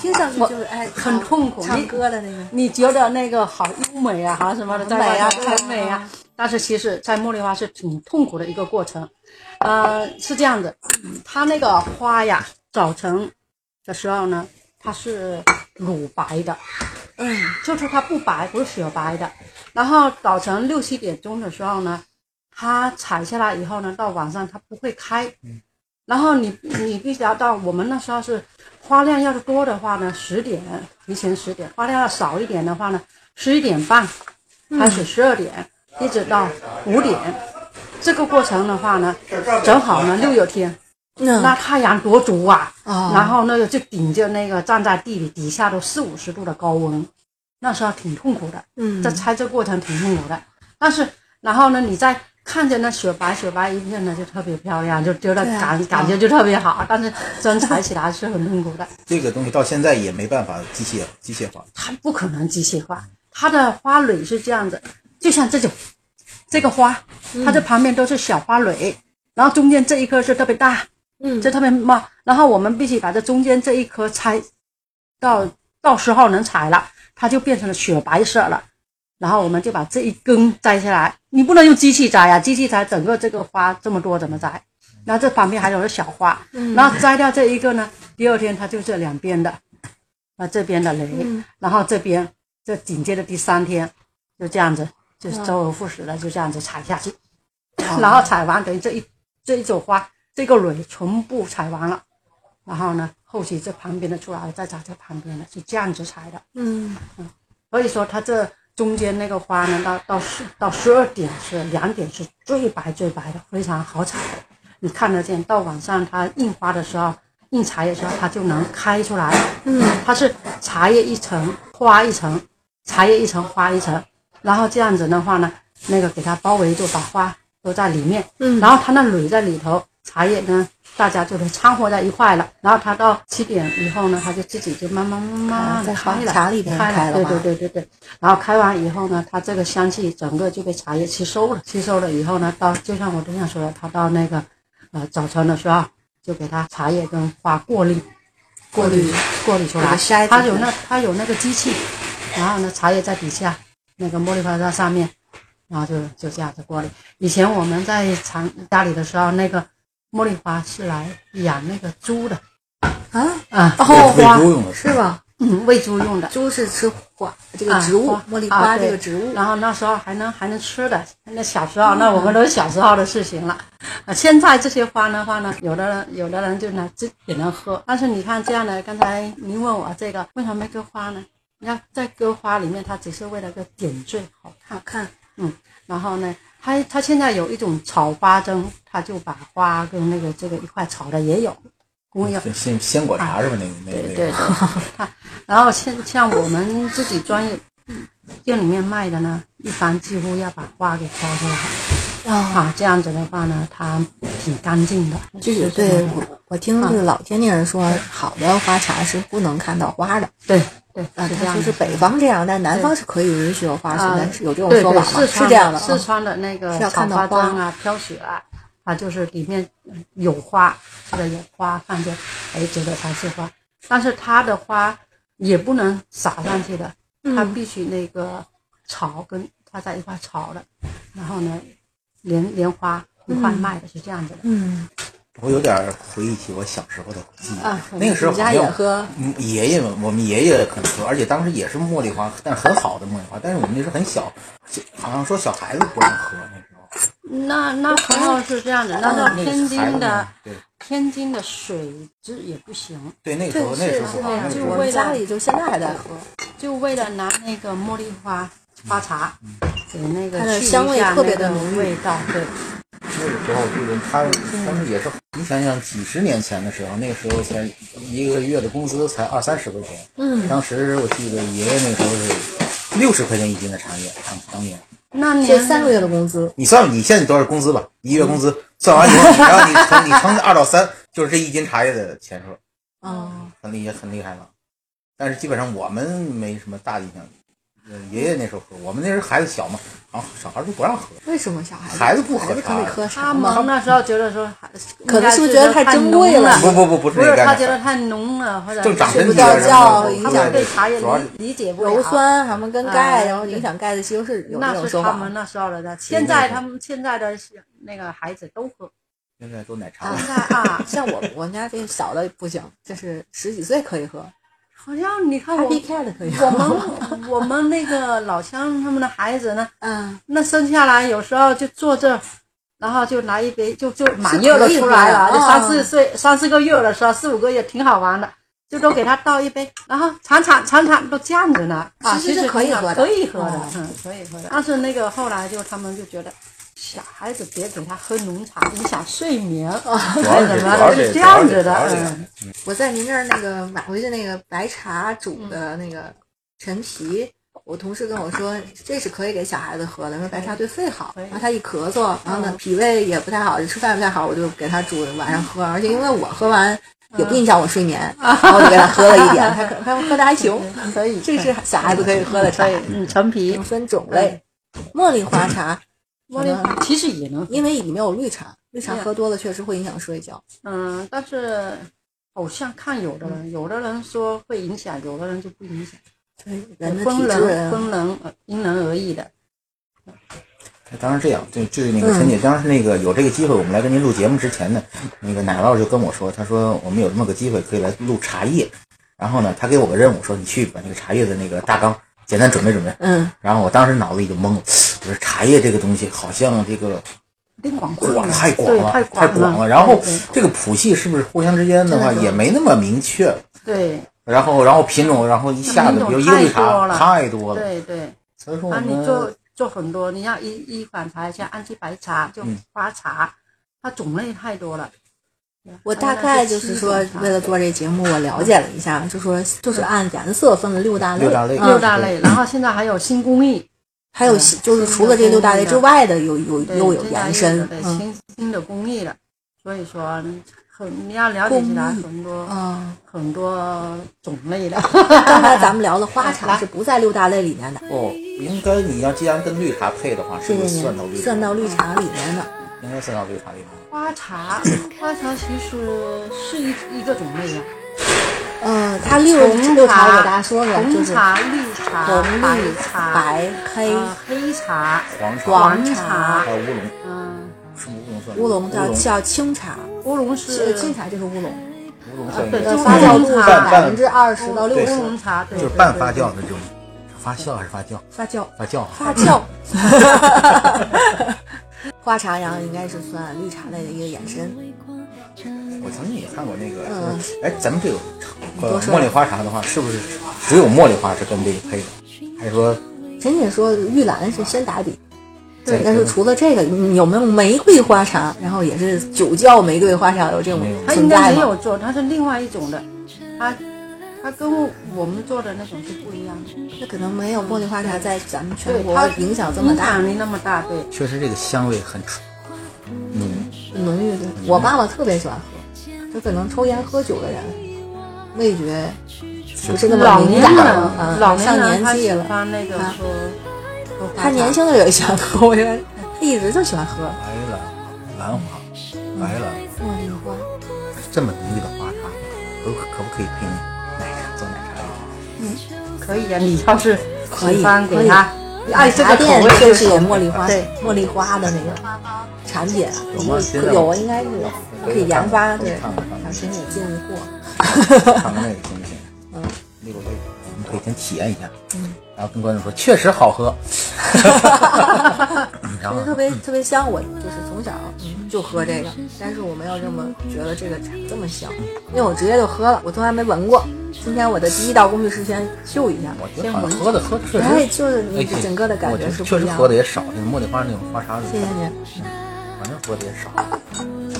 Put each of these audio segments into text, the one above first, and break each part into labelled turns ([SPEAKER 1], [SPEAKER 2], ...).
[SPEAKER 1] 听上去就是哎，
[SPEAKER 2] 很痛苦
[SPEAKER 1] 唱
[SPEAKER 2] 你
[SPEAKER 1] 歌的那个，
[SPEAKER 2] 你觉得那个好优美啊，好什么的，在
[SPEAKER 1] 美啊
[SPEAKER 2] 外面很美啊。但是其实，在茉莉花是挺痛苦的一个过程。呃，是这样子，它那个花呀，早晨的时候呢，它是乳白的，
[SPEAKER 1] 嗯，
[SPEAKER 2] 就是它不白，不是雪白的。然后早晨六七点钟的时候呢，它采下来以后呢，到晚上它不会开。然后你你必须要到我们那时候是花量要是多的话呢，十点提前十点；花量要少一点的话呢，十一点半开始，十二点、一直到五点。这个过程的话呢，正好呢六月天，那
[SPEAKER 1] 那
[SPEAKER 2] 太阳多足啊！
[SPEAKER 1] 嗯哦
[SPEAKER 2] 然后那个就顶着那个站在地里底下都四五十度的高温，那时候挺痛苦的。
[SPEAKER 1] 嗯
[SPEAKER 2] 在猜这过程挺痛苦的，但是然后呢，你再看着那雪白雪白一片呢，就特别漂亮，就觉得
[SPEAKER 1] 对啊
[SPEAKER 2] 感、
[SPEAKER 1] 嗯
[SPEAKER 2] 感觉就特别好，但是真采起来是很痛苦的，
[SPEAKER 3] 这个东西到现在也没办法机械机械化。
[SPEAKER 2] 它不可能机械化，它的花蕊是这样子，就像这种这个花，它这旁边都是小花蕊，然后中间这一颗是特别大，
[SPEAKER 1] 嗯
[SPEAKER 2] 这特别慢，然后我们必须把这中间这一颗拆，到到时候能采了，它就变成了雪白色了。然后我们就把这一根摘下来，你不能用机器摘呀、机器摘整个这个花这么多怎么摘？然后这旁边还有个小花，然后摘掉这一个呢，第二天它就这两边的，啊这边的蕾，然后这边这紧接着第三天就这样子，就是周而复始的就这样子采下去，然后采完等于这一这一朵花这个蕊全部采完了，然后呢后期这旁边的出来了，再采这旁边的，是这样子采的。
[SPEAKER 1] 嗯
[SPEAKER 2] 所以说它这中间那个花呢，到到十到十二点是两点是最白最白的，非常好采的，你看得见。到晚上它印花的时候，印茶叶的时候，它就能开出来。嗯，它是茶叶一层，花一层，茶叶一层，花一层，然后这样子的话呢，那个给它包围住，把花都在里面。
[SPEAKER 1] 嗯
[SPEAKER 2] 然后它那蕊在里头，茶叶呢，大家就能掺和在一块了。然后它到七点以后呢，它就自己就慢慢慢慢地
[SPEAKER 1] 哦在
[SPEAKER 2] 开了，
[SPEAKER 1] 茶里边开了
[SPEAKER 2] 对
[SPEAKER 1] 吧
[SPEAKER 2] 对对对对。然后开完以后呢，它这个香气整个就被茶叶吸收了，吸收了以后呢，到就像我之前说的，它到那个呃早晨的时候，就给它茶叶跟花过滤，过滤过滤出
[SPEAKER 1] 有
[SPEAKER 2] 来
[SPEAKER 1] 个筛子。
[SPEAKER 2] 它有那它有那个机器，然后呢茶叶在底下，那个茉莉花在上面，然后就就这样子过滤。以前我们在厂家里的时候，那个茉莉花是来养那个猪的
[SPEAKER 1] 啊，
[SPEAKER 2] 啊，
[SPEAKER 1] 哦
[SPEAKER 3] 喂
[SPEAKER 1] 花
[SPEAKER 3] 猪用的
[SPEAKER 1] 是吧？
[SPEAKER 2] 嗯，喂猪用的。
[SPEAKER 1] 猪是吃花这个
[SPEAKER 2] 啊
[SPEAKER 1] 植物，
[SPEAKER 2] 花
[SPEAKER 1] 茉莉
[SPEAKER 2] 啊
[SPEAKER 1] 花
[SPEAKER 2] 对
[SPEAKER 1] 这个植物，
[SPEAKER 2] 然后那时候还能还能吃的，那小时候那我们都是小时候的事情了。啊，现在这些花的话呢，有的人有的人就拿这也能喝，但是你看这样的，刚才您问我这个为什么没搁花呢？你看在搁花里面，它只是为了个点缀好看
[SPEAKER 1] 好。看，
[SPEAKER 2] 然后呢，它它现在有一种炒花针，它就把花跟那个这个一块炒的也有，工业
[SPEAKER 3] 就鲜鲜果茶是吧？那个
[SPEAKER 2] 对
[SPEAKER 3] 那个 那
[SPEAKER 2] 对
[SPEAKER 3] 个。
[SPEAKER 2] 对，然后像像我们自己专业店里面卖的呢，一般几乎要把花给挑出来
[SPEAKER 1] 啊，
[SPEAKER 2] 啊，这样子的话呢，它挺干净的。
[SPEAKER 1] 就是对我我听这个老天津人说，好的花茶是不能看到花的
[SPEAKER 2] 对对，
[SPEAKER 1] 啊，
[SPEAKER 2] 是这
[SPEAKER 1] 他
[SPEAKER 2] 样
[SPEAKER 1] 说
[SPEAKER 2] 的
[SPEAKER 1] 是北方这样，但南方是可以允许有花存在，
[SPEAKER 2] 啊
[SPEAKER 1] 是有这种
[SPEAKER 2] 对
[SPEAKER 1] 说
[SPEAKER 2] 对，
[SPEAKER 1] 法吗？
[SPEAKER 2] 四
[SPEAKER 1] 是
[SPEAKER 2] 川
[SPEAKER 1] 这样的
[SPEAKER 2] 四
[SPEAKER 1] 啊，
[SPEAKER 2] 川的那个
[SPEAKER 1] 是要
[SPEAKER 2] 炒
[SPEAKER 1] 看到
[SPEAKER 2] 花
[SPEAKER 1] 花
[SPEAKER 2] 灯啊、飘雪啊，它就是里面有花，或者有花，看着哎觉得它是花，但是它的花也不能撒上去的，它必须那个炒跟它在一块炒的，然后呢连连花一块卖的是这样子的。
[SPEAKER 1] 嗯
[SPEAKER 3] 我有点回忆起我小时候的记忆。
[SPEAKER 1] 啊，
[SPEAKER 3] 那个时候
[SPEAKER 1] 我们家
[SPEAKER 3] 好像
[SPEAKER 1] 也喝，
[SPEAKER 3] 嗯爷爷们，我们爷爷很喝，而且当时也是茉莉花，但是很好的茉莉花。但是我们那时候很小，就好像说小孩子不让喝那时候。
[SPEAKER 2] 那那时候是这样的，那时候
[SPEAKER 3] 那
[SPEAKER 2] 天
[SPEAKER 3] 个孩子
[SPEAKER 2] 津的
[SPEAKER 3] 们对
[SPEAKER 2] 天津的水质也不行，
[SPEAKER 3] 对，那个
[SPEAKER 1] 对
[SPEAKER 3] 时候那
[SPEAKER 1] 是
[SPEAKER 3] 时候不好，
[SPEAKER 1] 这
[SPEAKER 3] 那
[SPEAKER 1] 样，
[SPEAKER 3] 个时
[SPEAKER 1] 就
[SPEAKER 3] 候
[SPEAKER 1] 我们家里就现在还在喝，
[SPEAKER 2] 就为了拿那个茉莉花花茶，给那个
[SPEAKER 1] 嗯它的
[SPEAKER 2] 去一
[SPEAKER 1] 香味
[SPEAKER 2] 下
[SPEAKER 1] 特别的
[SPEAKER 2] 那个
[SPEAKER 1] 浓郁
[SPEAKER 2] 味道，对，
[SPEAKER 3] 市的时候，就是他他们也是，你想想几十年前的时候，那个时候才一个月的工资才二三十块钱，嗯，当时我记得爷爷那时候是六十块钱一斤的茶叶，当当年。
[SPEAKER 2] 那
[SPEAKER 1] 这
[SPEAKER 2] 年
[SPEAKER 1] 三个月的工资，
[SPEAKER 3] 你算你现在多少工资吧，一月工资、算完以后，然后你乘你乘二到三，就是这一斤茶叶的钱数，
[SPEAKER 1] 哦，
[SPEAKER 3] 很厉害很厉害了。但是基本上我们没什么大印象，呃爷爷那时候喝，我们那时候孩子小嘛，然后小孩都不让喝，
[SPEAKER 1] 为什么小孩子
[SPEAKER 3] 孩子不喝
[SPEAKER 1] 孩子可以
[SPEAKER 3] 茶
[SPEAKER 1] 喝茶
[SPEAKER 2] 他
[SPEAKER 1] 吗？
[SPEAKER 2] 们那时候觉得说还，
[SPEAKER 1] 可能是不是
[SPEAKER 2] 应
[SPEAKER 1] 觉
[SPEAKER 2] 该
[SPEAKER 1] 得太珍
[SPEAKER 2] 浓
[SPEAKER 1] 贵了
[SPEAKER 2] 了？
[SPEAKER 3] 不不不不是
[SPEAKER 2] 不是，
[SPEAKER 3] 那个概
[SPEAKER 2] 他觉得
[SPEAKER 3] 念，
[SPEAKER 2] 太浓了，或者
[SPEAKER 3] 正长身体
[SPEAKER 1] 睡
[SPEAKER 3] 啊
[SPEAKER 1] 不
[SPEAKER 3] 什
[SPEAKER 1] 着觉
[SPEAKER 3] 么的，
[SPEAKER 1] 影
[SPEAKER 2] 他
[SPEAKER 3] 对
[SPEAKER 2] 们
[SPEAKER 1] 响
[SPEAKER 2] 对
[SPEAKER 3] 对
[SPEAKER 2] 茶叶
[SPEAKER 3] 主要是
[SPEAKER 2] 理理解不了
[SPEAKER 1] 鞣。酸什么跟钙，
[SPEAKER 2] 哎
[SPEAKER 1] 然后影响钙的吸收是有这
[SPEAKER 2] 那
[SPEAKER 1] 种
[SPEAKER 2] 是
[SPEAKER 1] 说
[SPEAKER 2] 他
[SPEAKER 1] 法
[SPEAKER 2] 们。那时候的那，现在他们现在的那个孩子都喝，
[SPEAKER 3] 现在都奶茶
[SPEAKER 1] 啊
[SPEAKER 3] 了，，
[SPEAKER 1] 那啊， 像我我们家这小的不行，就是十几岁可以喝
[SPEAKER 2] 好像你看我
[SPEAKER 1] ，Happy Cat 可以
[SPEAKER 2] 我
[SPEAKER 1] 喝。
[SPEAKER 2] 们我们那个老乡他们的孩子呢，
[SPEAKER 1] 嗯，
[SPEAKER 2] 那生下来有时候就坐这儿，然后就来一杯，就就满月都出来
[SPEAKER 1] 是
[SPEAKER 2] 了，
[SPEAKER 1] 可
[SPEAKER 2] 就
[SPEAKER 1] 以喝的
[SPEAKER 2] 三四岁、三四个月的时候，四五个月挺好玩的，就都给他倒一杯，然后铲铲铲铲都这样子呢，
[SPEAKER 1] 啊
[SPEAKER 2] 啊，
[SPEAKER 1] 其实是
[SPEAKER 2] 是
[SPEAKER 1] 可以喝的
[SPEAKER 2] 可以喝的
[SPEAKER 1] 哦，
[SPEAKER 2] 嗯，可以喝的。但是那个后来就他们就觉得。小孩子别给他喝浓茶，影响睡眠
[SPEAKER 1] 哦
[SPEAKER 2] 啊，
[SPEAKER 3] 主
[SPEAKER 2] 怎
[SPEAKER 3] 要是主
[SPEAKER 2] 么
[SPEAKER 3] 要
[SPEAKER 2] 的，
[SPEAKER 3] 是
[SPEAKER 2] 是这样子
[SPEAKER 3] 主
[SPEAKER 2] 的
[SPEAKER 3] 要是，
[SPEAKER 2] 嗯，
[SPEAKER 1] 我在您那儿那个买回去那个白茶煮
[SPEAKER 2] 嗯
[SPEAKER 1] 的那个陈皮，我同事跟我说这是可以给小孩子喝的，说白茶对肺好。
[SPEAKER 2] 可以
[SPEAKER 1] 然后他一咳嗽，然后
[SPEAKER 2] 嗯
[SPEAKER 1] 呢脾胃也不太好，吃饭也不太好，我就给他煮晚上喝，而且因为我喝完。有
[SPEAKER 2] 嗯
[SPEAKER 1] 影响我睡眠， 然后我就给他喝了一点，他可他喝的还行，
[SPEAKER 2] 可以，
[SPEAKER 1] 哎这是小孩子可以喝的茶哎
[SPEAKER 2] 可。以，嗯，陈皮
[SPEAKER 1] 也、分种类，茉莉花茶，
[SPEAKER 2] 茉莉
[SPEAKER 1] 嗯
[SPEAKER 2] 花其实也能喝，
[SPEAKER 1] 因为里面有绿茶，绿茶
[SPEAKER 2] 对
[SPEAKER 1] 喝多了确实会影响睡觉。
[SPEAKER 2] 嗯，但是好像看有的人，有的人说会影响，有的人就不影响，
[SPEAKER 1] 对人的体
[SPEAKER 2] 分
[SPEAKER 1] 质
[SPEAKER 2] 人
[SPEAKER 1] 啊，
[SPEAKER 2] 分人呃因人而异的。
[SPEAKER 3] 当时这样，就就那个陈
[SPEAKER 2] 嗯
[SPEAKER 3] 姐，当时那个有这个机会，我们来跟您录节目之前呢，那个奶酪就跟我说，他说我们有这么个机会可以来录茶叶，然后呢，他给我个任务，说你去把那个茶叶的那个大纲简单准备准备。
[SPEAKER 1] 嗯，
[SPEAKER 3] 然后我当时脑子里就懵了，我说茶叶这个东西好像这个
[SPEAKER 2] 定广阔
[SPEAKER 3] 广
[SPEAKER 2] 了，
[SPEAKER 3] 太
[SPEAKER 2] 嗯
[SPEAKER 3] 广
[SPEAKER 2] 对
[SPEAKER 3] 了，
[SPEAKER 2] 太
[SPEAKER 3] 太
[SPEAKER 2] 广
[SPEAKER 3] 广
[SPEAKER 2] 了。嗯
[SPEAKER 3] 了。然后
[SPEAKER 2] 对
[SPEAKER 3] 这个谱系是不是互相之间的话
[SPEAKER 1] 真的
[SPEAKER 3] 也没那么明确？
[SPEAKER 2] 对
[SPEAKER 3] 然后，然后品种，然后一下子，
[SPEAKER 2] 品种
[SPEAKER 3] 比如一个绿
[SPEAKER 2] 太多
[SPEAKER 3] 茶
[SPEAKER 2] 了
[SPEAKER 3] 太多了，
[SPEAKER 2] 对对，
[SPEAKER 3] 所以说我
[SPEAKER 2] 那
[SPEAKER 3] 们
[SPEAKER 2] 你做做很多，你像一一款茶，像安吉白茶，就
[SPEAKER 3] 嗯
[SPEAKER 2] 花茶，它种类太多了。
[SPEAKER 1] 我大概就是说，为了做这节目，我了解了一下，就说就是按颜色分了六大类，
[SPEAKER 3] 六大类
[SPEAKER 1] 嗯
[SPEAKER 2] 六大类，然后现在还有新工艺，
[SPEAKER 1] 还有
[SPEAKER 2] 嗯
[SPEAKER 1] 新就是除了这六大类之外的，有有
[SPEAKER 2] 对
[SPEAKER 1] 又有
[SPEAKER 2] 现在
[SPEAKER 1] 延伸，
[SPEAKER 2] 对
[SPEAKER 1] 嗯
[SPEAKER 2] 新新的工艺了，所以说很你要了解起来
[SPEAKER 1] 工艺
[SPEAKER 2] 很多。
[SPEAKER 1] 嗯，
[SPEAKER 2] 很多种类的，
[SPEAKER 1] 刚才咱们聊的花茶
[SPEAKER 2] 来
[SPEAKER 1] 是不在六大类里面的，
[SPEAKER 3] 哦，应该你要既然跟绿茶配的话，是
[SPEAKER 1] 这
[SPEAKER 3] 不
[SPEAKER 1] 个
[SPEAKER 3] 是算到绿茶？
[SPEAKER 1] 算到绿茶里面的，
[SPEAKER 3] 应该算到绿茶里面。
[SPEAKER 2] 花茶，花茶其实是一一个种类呀、啊
[SPEAKER 1] 嗯，它六
[SPEAKER 2] 红
[SPEAKER 1] 六茶
[SPEAKER 2] 茶
[SPEAKER 1] 我给大家说说，就
[SPEAKER 2] 红
[SPEAKER 1] 是
[SPEAKER 2] 茶、绿茶、
[SPEAKER 1] 红
[SPEAKER 2] 白
[SPEAKER 1] 绿
[SPEAKER 2] 茶、
[SPEAKER 1] 白黑
[SPEAKER 2] 呃黑茶、
[SPEAKER 3] 黄茶、
[SPEAKER 1] 黄
[SPEAKER 2] 黄茶
[SPEAKER 3] 还，有乌龙，
[SPEAKER 2] 嗯，
[SPEAKER 3] 是不是乌龙算？
[SPEAKER 1] 乌龙
[SPEAKER 3] 乌
[SPEAKER 1] 叫
[SPEAKER 3] 龙
[SPEAKER 1] 叫清茶，
[SPEAKER 2] 乌龙
[SPEAKER 1] 是
[SPEAKER 2] 是
[SPEAKER 1] 清茶就是乌龙，
[SPEAKER 3] 乌龙算一
[SPEAKER 2] 对
[SPEAKER 3] 个
[SPEAKER 1] 呃，
[SPEAKER 2] 就
[SPEAKER 1] 发酵度
[SPEAKER 2] 乌龙
[SPEAKER 1] 是
[SPEAKER 2] 茶
[SPEAKER 1] 百分之二十到六
[SPEAKER 2] 乌
[SPEAKER 1] 十，
[SPEAKER 2] 龙茶，对，
[SPEAKER 3] 就是
[SPEAKER 2] 对
[SPEAKER 3] 半
[SPEAKER 2] 对
[SPEAKER 3] 发
[SPEAKER 2] 对
[SPEAKER 3] 酵的这种，是发酵还是发酵？
[SPEAKER 1] 发酵
[SPEAKER 3] 发
[SPEAKER 1] 发
[SPEAKER 3] 酵。
[SPEAKER 1] 酵。花茶，然后应该是算绿茶类的一个延伸。
[SPEAKER 3] 我曾经也看过那个，
[SPEAKER 1] 嗯
[SPEAKER 3] 就是哎，咱们这个
[SPEAKER 1] 多
[SPEAKER 3] 呃
[SPEAKER 1] 说
[SPEAKER 3] 茉莉花茶的话，是不是只有茉莉花是跟这个配的？还是说
[SPEAKER 1] 陈姐说玉兰是先打底，
[SPEAKER 3] 对
[SPEAKER 1] 但是除了这个，你有没有玫瑰花茶？然后也是酒窖玫瑰花茶有这种
[SPEAKER 3] 没有
[SPEAKER 2] 它应
[SPEAKER 1] 存
[SPEAKER 2] 该
[SPEAKER 1] 在
[SPEAKER 2] 没
[SPEAKER 1] 吗？
[SPEAKER 2] 有做，它是另外一种的，它它跟我们做的那种是不一样的，
[SPEAKER 1] 那可能没有茉莉花茶在咱们全
[SPEAKER 2] 对
[SPEAKER 1] 国
[SPEAKER 2] 它
[SPEAKER 1] 影响这么大
[SPEAKER 2] 影响力那么大，对，
[SPEAKER 3] 确实这个香味很纯浓？
[SPEAKER 1] 浓郁的。我爸爸特别喜欢喝，就可能抽烟喝酒的人，味觉不是那么
[SPEAKER 2] 老
[SPEAKER 1] 敏
[SPEAKER 2] 年
[SPEAKER 1] 感
[SPEAKER 2] 人啊
[SPEAKER 1] 了，嗯，
[SPEAKER 2] 老
[SPEAKER 1] 上
[SPEAKER 2] 年人他
[SPEAKER 1] 年纪
[SPEAKER 2] 喜
[SPEAKER 1] 了。
[SPEAKER 2] 欢那个
[SPEAKER 1] 啊
[SPEAKER 2] 说，说花
[SPEAKER 1] 他年
[SPEAKER 2] 茶
[SPEAKER 1] 轻的时候也喜欢喝， 我觉得他一直就喜欢喝
[SPEAKER 3] 白兰、兰花、白兰，
[SPEAKER 1] 茉莉花。
[SPEAKER 3] 这么浓郁的花茶，可不可不可以配奶茶做奶茶用？
[SPEAKER 1] 啊
[SPEAKER 2] 可以呀、啊你要是
[SPEAKER 1] 可以
[SPEAKER 2] 喜欢
[SPEAKER 1] 可以
[SPEAKER 2] 给他，你爱哎这
[SPEAKER 1] 茶
[SPEAKER 2] 个口
[SPEAKER 1] 店
[SPEAKER 2] 味
[SPEAKER 1] 就是有
[SPEAKER 2] 有
[SPEAKER 1] 茉莉花，
[SPEAKER 2] 对，
[SPEAKER 1] 茉莉花的那个产品，
[SPEAKER 3] 有吗现在
[SPEAKER 1] 有啊，应该是有，可以研发，对，
[SPEAKER 3] 看看看
[SPEAKER 1] 小陈
[SPEAKER 3] 看
[SPEAKER 1] 也进过，
[SPEAKER 3] 看看那个行不行？
[SPEAKER 1] 嗯，
[SPEAKER 3] 那个味，我们可以先体验一下，然后跟观众说确实好 喝，然
[SPEAKER 1] 其
[SPEAKER 3] 后
[SPEAKER 1] 实特别特别香，我就是从小就喝这个，但是我没有这么觉得这个茶这么香，因为我直接就喝了，我从来没闻过。今天我的第一道工序是先嗅一下，
[SPEAKER 3] 我觉得好像喝的喝的确
[SPEAKER 1] 哎，
[SPEAKER 3] 实，
[SPEAKER 1] 就是你
[SPEAKER 3] 哎
[SPEAKER 1] 整个的感
[SPEAKER 3] 我觉
[SPEAKER 1] 觉
[SPEAKER 3] 得
[SPEAKER 1] 是不
[SPEAKER 3] 确
[SPEAKER 1] 一
[SPEAKER 3] 实
[SPEAKER 1] 样
[SPEAKER 3] 喝。的也少，那个茉莉花那种花茶的，
[SPEAKER 1] 谢谢你，
[SPEAKER 3] 反正说的也少。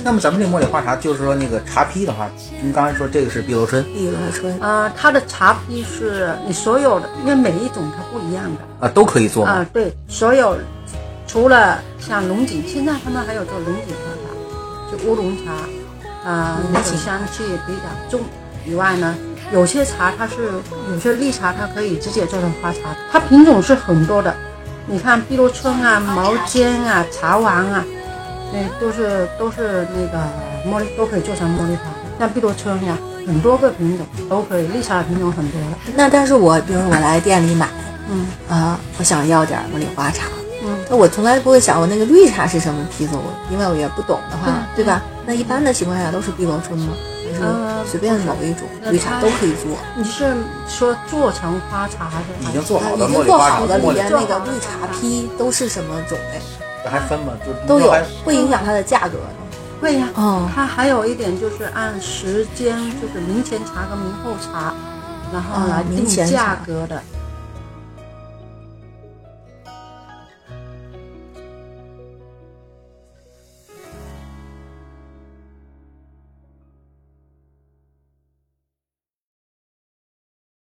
[SPEAKER 3] 那么咱们这茉莉花茶，就是说那个茶坯的话，您刚才说这个是碧螺春
[SPEAKER 1] 碧螺春，
[SPEAKER 2] 呃，它的茶坯是你所有的，因为每一种它不一样的
[SPEAKER 3] 啊，都可以做
[SPEAKER 2] 啊、
[SPEAKER 1] 嗯
[SPEAKER 3] 吗？
[SPEAKER 2] 对，所有除了像龙井，现在他们还有做龙井喝茶，就乌龙茶，啊、那种香气比较重以外呢，有些茶它是有些绿茶它可以直接做成花茶，它品种是很多的，你看碧螺春啊、毛尖啊、茶王啊，对，都是都是那个茉莉都可以做成茉莉花，像碧螺春呀、很多个品种都可以，绿茶品种很多的。
[SPEAKER 1] 那但是我比如说我来店里买
[SPEAKER 2] 嗯，
[SPEAKER 1] 啊，我想要点茉莉花茶，
[SPEAKER 2] 嗯，
[SPEAKER 1] 那我从来不会想过那个绿茶是什么批次，我因为我也不懂的
[SPEAKER 3] 嗯
[SPEAKER 1] 话，对吧？那一般的情况下都是碧螺春吗？还
[SPEAKER 3] 嗯
[SPEAKER 2] 呃
[SPEAKER 1] 是随便某一种
[SPEAKER 2] 呃
[SPEAKER 1] 绿茶都可以做？
[SPEAKER 2] 你是说做成花茶还是
[SPEAKER 3] 已经做
[SPEAKER 1] 啊
[SPEAKER 3] 好
[SPEAKER 1] 已
[SPEAKER 3] 的
[SPEAKER 1] 经
[SPEAKER 3] 茉莉
[SPEAKER 1] 做
[SPEAKER 3] 花茶，
[SPEAKER 1] 好的里
[SPEAKER 3] 茉莉
[SPEAKER 1] 边
[SPEAKER 2] 做
[SPEAKER 1] 那个
[SPEAKER 2] 好的
[SPEAKER 1] 绿茶坯都是什么种类
[SPEAKER 3] 还分吗？就
[SPEAKER 1] 都有
[SPEAKER 3] 还，
[SPEAKER 1] 不影响它的价格呢。
[SPEAKER 2] 会哎呀、
[SPEAKER 1] 哦
[SPEAKER 2] 它还有一点就是按时间，就是明前茶跟明后茶，然后来
[SPEAKER 1] 啊明
[SPEAKER 2] 定
[SPEAKER 1] 前茶
[SPEAKER 2] 价格的。